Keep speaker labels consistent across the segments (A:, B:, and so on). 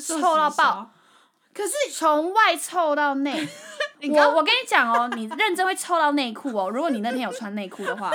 A: 臭到爆。可是从外臭到内，我我跟你讲哦， 你认真会臭到内裤哦。如果你那天有穿内裤的话，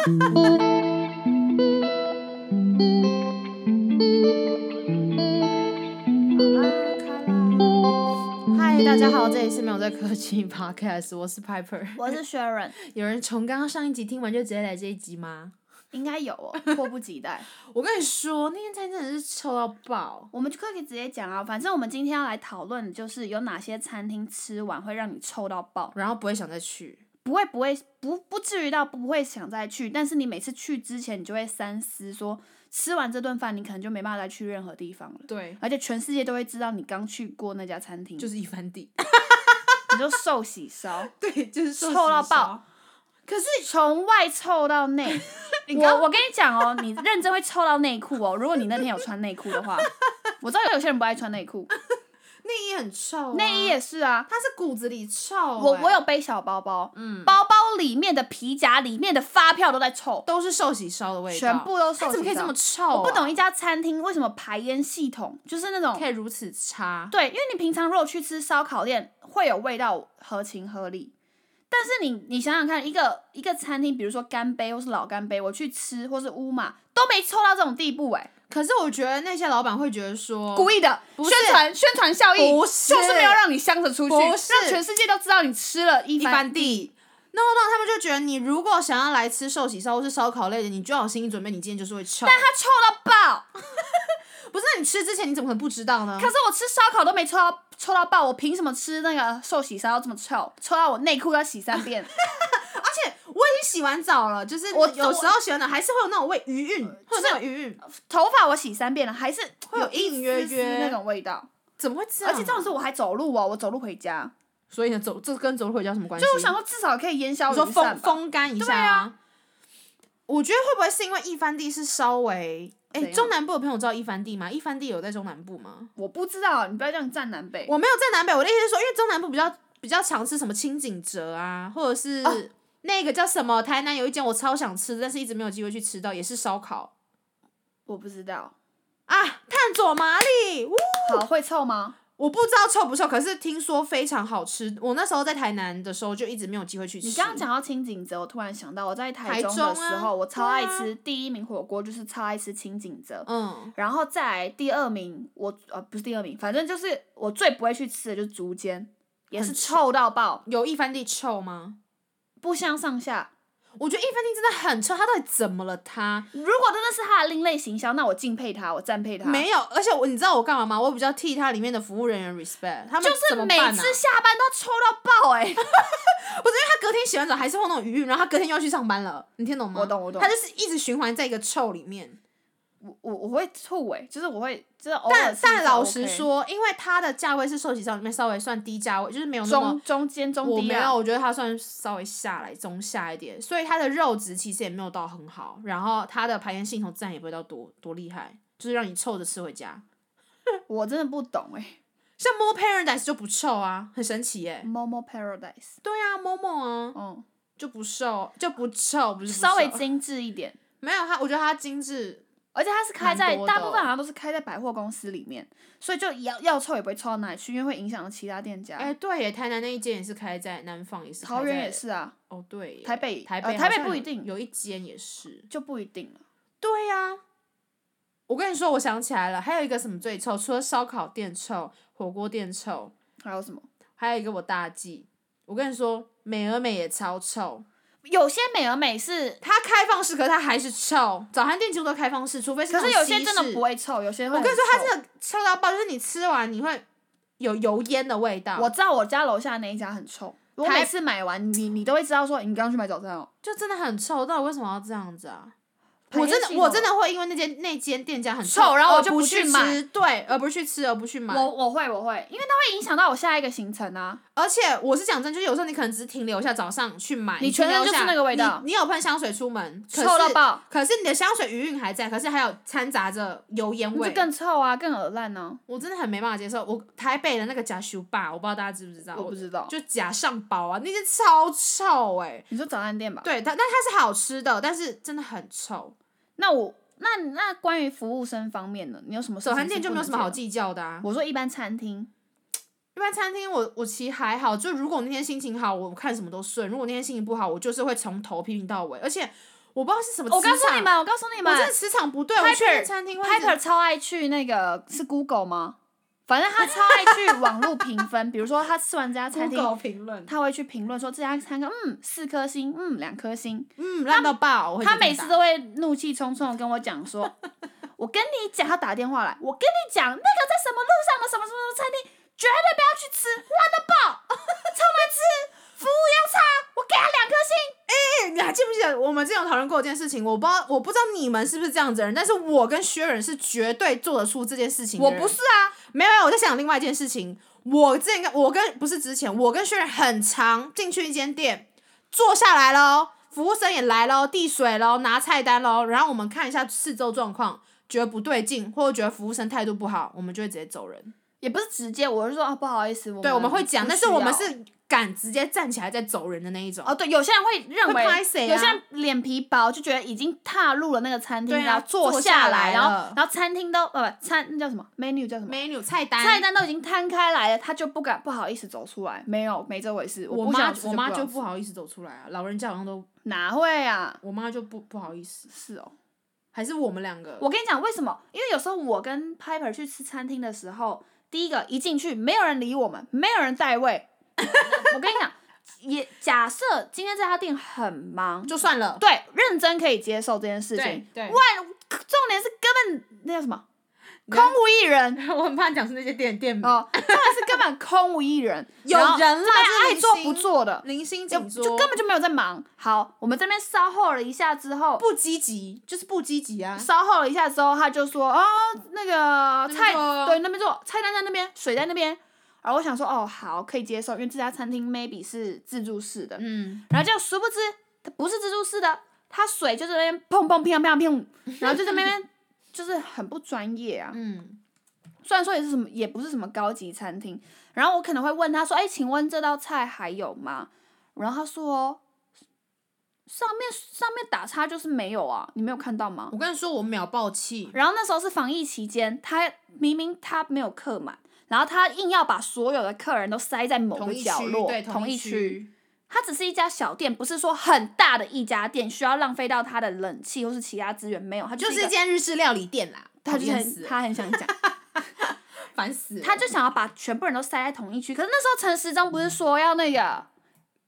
B: 嗨，大家好，这里是没有在客气 Podcast，我是 Piper。
A: 我是 Sharon，
B: 有人从刚刚上一集听完就直接来这一集吗？
A: 应该有哦，迫不及待。
B: 我跟你说，那天餐真的是臭到爆。
A: 我们就可以直接讲啊，反正我们今天要来讨论的就是有哪些餐厅吃完会让你臭到爆，
B: 然后不会想再去，
A: 不会不会不不至于到不会想再去，但是你每次去之前，你就会三思说，吃完这顿饭你可能就没办法再去任何地方了，
B: 对，
A: 而且全世界都会知道你刚去过那家餐厅，
B: 就是一番 地，
A: 你就受洗 烧。
B: 对，就是
A: 臭到爆。可是从外臭到 内，我我跟你讲哦，你认真会臭到内裤哦。如果你那天有穿内裤的话，我知道有些人不爱穿 内裤，
B: 内衣很臭、
A: 内衣，也是啊。
B: 它是骨子里臭欸、
A: 我我有背小包包，
B: 嗯
A: 包包里面的皮夹里面的发票都在臭，
B: 都是寿喜烧的味道，
A: 全部都
B: 它
A: 臭。
B: 怎么可以这么？臭、啊？
A: 我不懂一家餐厅为什么排烟系统就是那种
B: 可以如此差。
A: 对，因为你平常如果去吃烧烤店会有味道，合情合理。但是你你想想看，一个一个餐厅，比如说干杯或是老干杯，我去吃或是乌马都没臭到这种地步哎、
B: 可是我觉得那些老板会觉得说，
A: 故意的
B: 哦不是
A: 宣传宣传效应，
B: 不是
A: 就是没有让你香着出去，
B: 不是
A: 让全世界都知道你吃了一
B: 一
A: 番
B: 番地。那我懂，他们就觉得你如果想要来吃寿喜烧或是烧烤类的，你就要有心理准备，你今天就是会臭。
A: 但它臭到爆。
B: 不是，那你吃之前你怎么可能不知 道呢
A: 可？是我吃烧烤都没臭到臭到爆，我凭什么吃那个寿喜烧这么臭？臭到我内裤要洗三遍。
B: 而且我已经洗完澡了，就是
A: 我
B: 有时候洗完澡还是会有那种味余韵，会有那种余韵，
A: 头发我洗三遍了，还是
B: 会有隐隐约
A: 丝丝那
B: 约。
A: 种味道。
B: 怎么会这样？
A: 而且这种，是我还走路哦，我走路回家，
B: 所以呢，走这跟走路回家有什么关系？
A: 就我想说至少可以烟消
B: 你说
A: 云
B: 风
A: 散吧。
B: 风干一下
A: 对啊。
B: 我觉得会不会是因为一番地是稍微哎
A: 怎，样
B: 中南部的朋友知道一番地吗？一番地有在中南部吗？
A: 我不知道，你不要这样站南北。
B: 我没有在南北，我的意思是说，因为中南部比较比较常吃什么清景折啊，或者是、
A: 哦
B: 那个叫什么，台南有一间我超想吃，但是一直没有机会去吃到，也是烧烤
A: 我不知道，
B: 啊，探佐麻利，呜
A: 好会臭吗？
B: 我不知道臭不臭，可是听说非常好吃。我那时候在台南的时候就一直没有机会去吃。
A: 你刚刚讲到清景泽，我突然想到，我在台
B: 台
A: 中
B: 中
A: 的
B: 啊
A: 时候，我超爱
B: 对啊
A: 吃第一名火锅，就是超爱吃清景泽。
B: 嗯，
A: 然后再来第二名，我呃不是第二名，反正就是我最不会去吃的就是竹间，也是
B: 很臭
A: 臭到爆，
B: 有一番地臭吗？
A: 不相上下。
B: 我觉得一番地真的很臭，它到底怎么了它？
A: 如果真的是他的另类行销，那我敬佩他，我赞佩他。
B: 没有，而且我你知道我干嘛吗？我比较替它里面的服务人员 respect，他们
A: 就是
B: 怎么
A: 每
B: 办啊
A: 次下班都臭到爆哎、
B: 欸他隔天洗完澡还是会有那种余韵，然后他隔天又要去上班了，你听懂吗？
A: 我懂我懂
B: 他就是一直循环在一个臭里面。
A: 我我我会吐哎、就是我会就是偶尔
B: 但
A: 吃一下
B: 但老实
A: OK
B: 说，因为它的价位是寿喜烧里面稍微算低价位，就是没有那么
A: 中中间中
B: 我
A: 低
B: 没
A: 啊
B: 有，，我觉得它算稍微下来中下一点，所以它的肉质其实也没有到很好，然后它的排烟系统自然也不会到多多厉害，就是让你臭着吃回家。
A: 我真的不懂哎、
B: 像 More Paradise 就不臭啊，很神奇耶、
A: Momo Paradise，
B: 对啊，Momo 啊
A: 嗯，
B: 就不臭，就不臭，不是不
A: 稍微
B: 臭
A: 精致一点，
B: 没有它，我觉得它精致。
A: 而且它是开在
B: 蛮多的
A: 大部分好像都是开在百货公司里面，所以就要要臭也不会臭到哪里去，因为会影响到其他店家。
B: 哎、对耶，台南那一间也是开在南方，也是
A: 桃园
B: 开在
A: 也是啊，
B: 哦，对耶，
A: 台北
B: 台北、
A: 呃台北不一定
B: 有一间也是。
A: 就不一定了。
B: 对呀、我跟你说，我想起来了，还有一个什么最臭，除了烧烤店臭、火锅店臭，
A: 还有什么？
B: 还有一个我大忌。我跟你说，美而美也超臭，
A: 有些美而美是，
B: 它开放式，可是它还是臭。早餐店几乎都开放式，除非是
A: 可是
B: 那种
A: 有些
B: 西
A: 真的
B: 式
A: 不。会臭，有些会
B: 我跟你说，
A: 很
B: 它
A: 臭
B: 真的臭到爆，就是你吃完你会有油烟的味道，
A: 我知道我家楼下那一家很臭，我
B: 台
A: 每次买完你你都会知道说你刚刚去买早餐哦。
B: 就真的很臭。到底为什么要这样子啊？
A: 排
B: 我
A: 烟
B: 真
A: 系
B: 的
A: 统
B: 我真的会因为那间那间店家很
A: 臭然后
B: 而
A: 我就不
B: 不
A: 去
B: 去
A: 买
B: 吃，对，而不是去吃，而不去买。
A: 我我会我会，因为它会影响到我下一个行程啊。
B: 而且我是讲真，就是有时候你可能只是停留一下早上去买，
A: 你全身
B: 停留一下
A: 就是那个味道
B: 你你有喷香水出门，可是
A: 臭到爆，
B: 可是你的香水余韵还在，可是还有掺杂着油烟
A: 那
B: 味
A: 就，更臭啊，更恶烂呢、
B: 我真的很没办法接受。我台北的那个假修吧，我不知道大家知不知道，
A: 我不知道
B: 就假上堡啊，那间超臭哎、
A: 你说早餐店吧？
B: 对它，那它是好吃的，但是真的很臭。
A: 那我那那关于服务生方面呢，你有什么事
B: 早
A: 情是不
B: 餐
A: 能接
B: 店
A: 的？
B: 就没有什么好计较的啊。
A: 我说一般餐厅，
B: 一般餐厅我我其实还好，就如果那天心情好，我看什么都顺；如果那天心情不好，我就是会从头批评到尾。而且我不知道是什么
A: 我
B: 磁
A: 告诉
B: 场
A: 你，们，我告诉你
B: 我
A: 们
B: 这个磁场不对。
A: Piper-
B: 我去那餐厅会一直
A: ，Piper 超爱去那个是 Google 吗？反 正他超爱去网络评分，比 如说他吃完这家餐厅，
B: Google 评论，
A: 他会去评论说这家餐厅，嗯，四颗星，嗯，两颗星，
B: 嗯，烂到爆。我会
A: 他
B: 直接
A: 每次
B: 打
A: 都会怒气冲冲的跟我讲 说，我跟你讲，他打电话来，我跟你讲，那个在什么路上的什么什么什么餐厅，绝对不要去吃，烂的爆， 超难吃，服务又差，我给他两颗星。
B: 你还记不记得我们之前有讨论过一件事情？我不知道，我不知道你们是不是这样子的人，但是我跟薛仁是绝对做得出这件事情的
A: 我
B: 人。
A: 不是啊，
B: 没有，没有，我在想另外一件事情。我之前跟我跟不是之前，我跟薛仁很常进去一间店，坐下来喽，服务生也来喽，递水喽，拿菜单喽，然后我们看一下四周状况，觉得不对劲，或者觉得服务生态度不好，我们就会直接走人。
A: 也不是直接，我是说啊，不好意思，我
B: 对，我们会讲，
A: 不
B: 但是
A: 需
B: 我们
A: 要
B: 是敢直接站起来再走人的那一种。
A: 哦，对，有些人会认为，
B: 会拍谁啊
A: 有些人脸皮薄，就觉得已经踏入了那个餐厅，
B: 对啊
A: 然后坐
B: 坐
A: 下
B: 下
A: 来，
B: 来
A: 然后
B: 了
A: 然后餐厅都呃不餐那叫什么 menu 叫什么
B: menu 菜单，
A: 菜单都已经摊开来了，他就不敢不好意思走出来，没有没这回事。
B: 我
A: 不
B: 妈
A: 想吃
B: 我妈就
A: 要
B: 不好意思走出来啊，老人家好像都，
A: 吃哪会啊？
B: 我妈就不不好意思，
A: 是哦，
B: 还是我们两个，
A: 我跟你讲为什么？因为有时候我跟 Piper 去吃餐厅的时候，第一个一进去没有人理我们，没有人带位。 我跟你讲，也假设今天这家店很忙，
B: 就算了，
A: 对，认真可以接受这件事情
B: 对。对，
A: 万，重点是根本那叫什么，
B: 你
A: 空无一人
B: 我很怕讲是那些店店名，
A: 哦，重点是根本空无一人，
B: 有
A: 然后
B: 人啦
A: 这边
B: 这
A: 爱
B: 明
A: 做
B: 星
A: 不做的，
B: 零星
A: 就
B: 紧缩，
A: 就根本就没有在忙。好，我们这边稍后了一下之后，
B: 不积极，就是不积极啊，
A: 稍后了一下之后，他就说哦，那个
B: 边
A: 菜
B: 坐哦
A: 对那边做，菜单在那边，水在那边。然后我想说哦，好，可以接受，因为这家餐厅 maybe 是自助式的，
B: 嗯，
A: 然后就殊不知它不是自助式的，它水就在那边砰砰砰砰砰，然后就在那边 就是很不专业啊。
B: 嗯，
A: 虽然说也是什么，也不是什么高级餐厅。然后我可能会问他说：“哎，请问这道菜还有吗？”然后他说：“上面上面打叉就是没有啊，你没有看到吗
B: 我跟你说，我秒爆气，”
A: 然后那时候是防疫期间，他明明他没有客满，然后他硬要把所有的客人都塞在某个
B: 同一
A: 角
B: 区，
A: 落，
B: 对，
A: 同
B: 一
A: 区。，它只是一家小店，不是说很大的一家店，需要浪费到它的冷气或是其他资源。没有，它
B: 就是是
A: 一
B: 一
A: 家，
B: 间日式料理店啦，
A: 他
B: 讨
A: 就
B: 厌
A: 很
B: 死了，
A: 他很想讲，
B: 烦死了，
A: 他就想要把全部人都塞在同一区。可是那时候陈时中不是说要那个，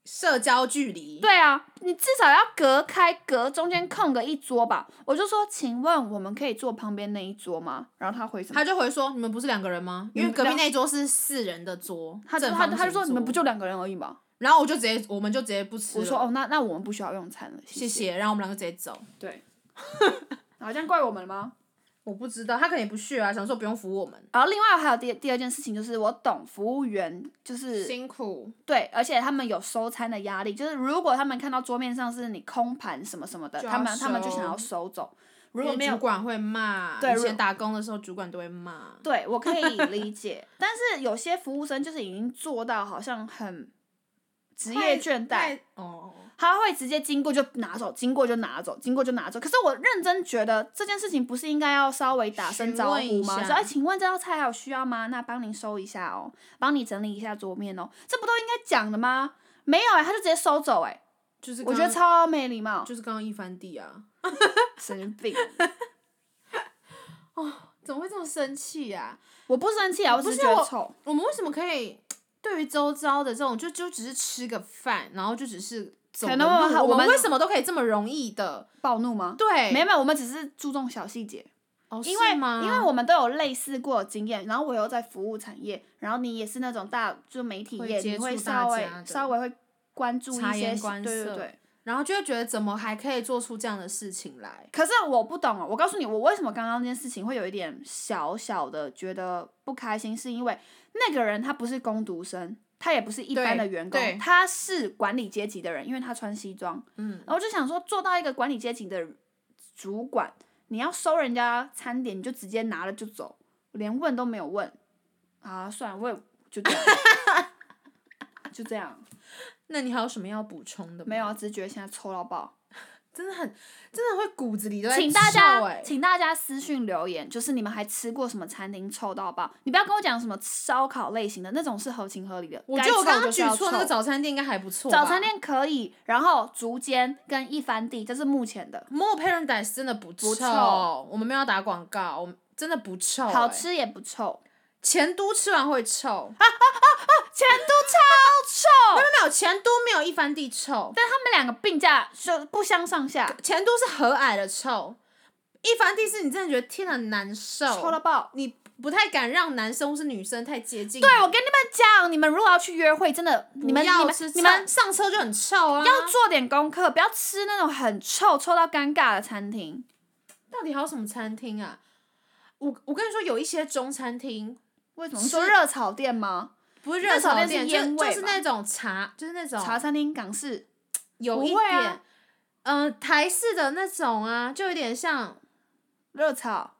B: 社交距离，
A: 对啊，你至少要隔开，隔中间空个一桌吧。我就说，请问我们可以坐旁边那一桌吗？然后他回什么？
B: 他就回说：“你们不是两个人吗？
A: 你
B: 因
A: 们
B: 为隔壁那一桌是四人的桌，
A: 他就
B: 正
A: 他
B: 方
A: 就他就
B: 形
A: 说你们不
B: 桌
A: 就两个人而已吗？
B: 然后我就直接，我们就直接不吃了。
A: 我说哦，那那我们不需要用餐了，
B: 谢
A: 谢。
B: 谢，然后我们两个直接走。
A: 对，好像怪我们了吗？
B: 我不知道，他可能也不屑啊，想说不用服务我们，
A: 然后另外还有第第二件事情就是，我懂服务员就是
B: 辛苦。
A: 对，而且他们有收餐的压力，就是如果他们看到桌面上是你空盘什么什么的，
B: 就
A: 他
B: 要
A: 们他们就想
B: 收
A: 要收走。如
B: 如
A: 果
B: 果
A: 没
B: 主
A: 有，
B: 管会骂，
A: 对
B: 以
A: 如
B: 前打工的时候主管都会骂。
A: 对我可以理解，但是有些服务生就是已经做到好像很职业倦怠，
B: 太哦，
A: 他会直接经过就拿走，经过就拿走，经过就拿走。可是我认真觉得这件事情不是应该要稍微打声
B: 询
A: 招
B: 问一
A: 呼吗？
B: 下
A: 说哎，请问这道菜还有需要吗？那帮您收一下哦，帮你整理一下桌面哦，这不都应该讲的吗？没有哎、他就直接收走哎、
B: 就是
A: 我
B: 刚
A: 觉得超没礼 貌，
B: 就是刚刚一番地啊，
A: 神经病。
B: 怎么会这么生气啊？
A: 我不生气啊，我只
B: 不
A: 是
B: 是
A: 觉得
B: 我
A: 丑。
B: 我们为什么可以对于周遭的这种，就就只是吃个饭，然后就只是走
A: 可
B: 个
A: 能我们
B: 路，我
A: 我们
B: 们为什么都可以这么容易的？
A: 暴怒吗？
B: 对，
A: 没有没有，我们只是注重小细节，
B: 哦，
A: 因为
B: 是吗
A: 因为我们都有类似过的经验，然后我又在服务产业，然后你也是那种大就媒体
B: 会
A: 业，
B: 接
A: 你会
B: 触大
A: 稍微
B: 家的
A: 稍微会关注一
B: 察
A: 些
B: 言
A: 细，
B: 观
A: 对对
B: 色
A: 对。
B: 然后就会觉得怎么还可以做出这样的事情来？
A: 可是我不懂哦，我告诉你，我为什么刚刚那件事情会有一点小小的觉得不开心，是因为那个人他不是工读生，他也不是一般的
B: 对
A: 员
B: 对
A: 工，他是管理阶级的人，因为他穿西装。
B: 嗯，
A: 然后我就想说，做到一个管理阶级的主管，你要收人家餐点，你就直接拿了就走，连问都没有问。啊，算了，我也就这样， 就这样，
B: 那你还有什么要补充的吗？
A: 没有，啊，只是觉得现在臭到爆。
B: 真的很，真的会骨子里都在
A: 请大
B: 臭
A: 家
B: 欸，
A: 请大家私信留言，就是你们还吃过什么餐厅臭到爆？你不要跟我讲什么烧烤类型的那种是合情合理的。
B: 我
A: 该
B: 觉得我
A: 臭
B: 刚刚
A: 就是
B: 举
A: 要
B: 错那个
A: 臭
B: 早餐店应该还不错吧。
A: 早餐店可以，然后竹间跟一番地这是目前的，
B: More Paradise 真的不臭，
A: 不臭
B: 我们没有打广告，我们真的不臭、
A: 好
B: 欸。
A: 吃也不臭，
B: 前都吃完会臭，啊
A: 前都超臭，
B: 没有没有，前都没有一番地臭，
A: 但他们两个并驾就不相上下，
B: 前都是和蔼的臭，一番地是你真的觉得天很难受，
A: 臭到爆。
B: 你不太敢让男生或是女生太接近你。
A: 对，我跟你们讲，你们如果要去约会，真的，
B: 不
A: 你们你
B: 要
A: 们
B: 吃
A: 你
B: 餐
A: 们
B: 上车就很臭啊！
A: 要做点功课，不要吃那种很臭、臭到尴尬的餐厅。
B: 到底还有什么餐厅啊？我我跟你说，有一些中餐厅
A: 为什么？
B: 吃
A: 你说热炒店吗？
B: 不是
A: 那
B: 热
A: 炒
B: 炒
A: 店是
B: 店，
A: 烟
B: 就
A: 味
B: 就是
A: 吧
B: 那种茶，就是那种
A: 茶餐厅、港式，
B: 有
A: 不
B: 一
A: 会
B: 点，
A: 啊
B: 呃，台式的那种啊，就有点像，
A: 热炒，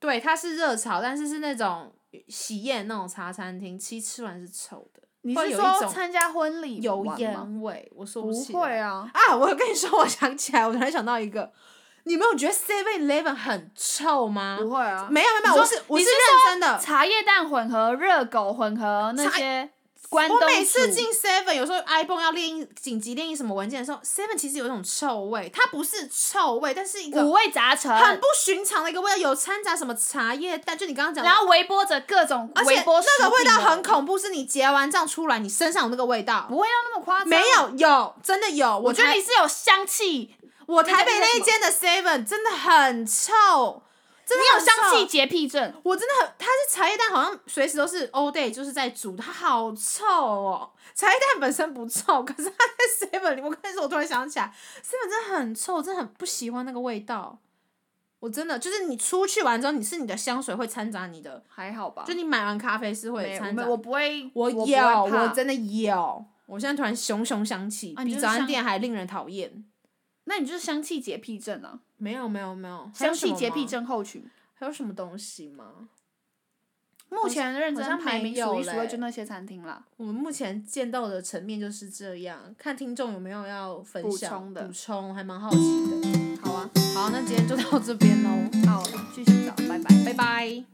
B: 对，它是热炒，但是是那种喜宴那种茶餐厅，其实吃完是臭的，
A: 你
B: 会
A: 是
B: 有一
A: 说
B: 种
A: 参加婚礼
B: 油
A: 玩吗？
B: 烟味，我说
A: 不
B: 起来
A: 会啊，
B: 啊！我跟你说，我想起来，我突然想到一个，你没有觉得 Seven Eleven 很臭吗？
A: 不会啊。
B: 没有没有没
A: 你
B: 有，我
A: 说
B: 是我
A: 你
B: 是
A: 是
B: 认真的，
A: 茶叶蛋混合、热狗混合那
B: 茶
A: 些关东
B: 我
A: 煮，
B: 每次进 Seven，有时候 iPhone 要列印紧急列印什么文件的时候，Seven 其实有一种臭味，它不是臭味，但是一
A: 五
B: 个
A: 味杂陈，
B: 很不寻常的一个味道，有掺杂什么茶叶蛋，就你刚刚讲的
A: 然，后微波着各种
B: 而且
A: 微波食
B: 那个味
A: 品
B: 道
A: 的
B: 很恐怖，是你结完账出来，你身上有那个味道。
A: 不会到那么夸张。
B: 没，有，有真的有。我
A: 我觉得
B: 台
A: 你是有香气，
B: 我台北那一间的 Seven 真的很臭，真的
A: 你有
B: 很臭
A: 香气。洁癖症。
B: 我真的很，它是茶叶蛋，好像随时都是 all day 就是在煮，它好臭哦。茶叶蛋本身不臭，可是它在 seven 里，我跟你说，我突然想起来，seven 真的很臭，真的很不喜欢那个味道。我真的就是你出去完之后，你是你的香水会掺杂你的，
A: 还好吧，
B: 就你买完咖啡是会
A: 没我
B: 掺杂
A: 没。我不会，
B: 我有，
A: 不会
B: 我
A: 怕
B: 真的有。我现在突然熊熊想起，
A: 啊你
B: 比
A: 就是
B: 早餐
A: 像
B: 店还令人讨厌。
A: 那你就是香气洁癖症啊，
B: 没有没有没有，还有
A: 香
B: 什
A: 气
B: 么
A: 洁癖
B: 吗，
A: 症候群。
B: 还有什么东西吗？
A: 目前认
B: 好像
A: 真排名
B: 没有
A: 数一数二
B: 嘞
A: 就那些餐厅啦。
B: 我们目前见到的层面就是这样，看听众有没有要分享
A: 补充的
B: 补充还蛮好奇的。
A: 好啊，
B: 好，那今天就到这边喽，
A: 好，去洗澡，拜拜。
B: 拜拜。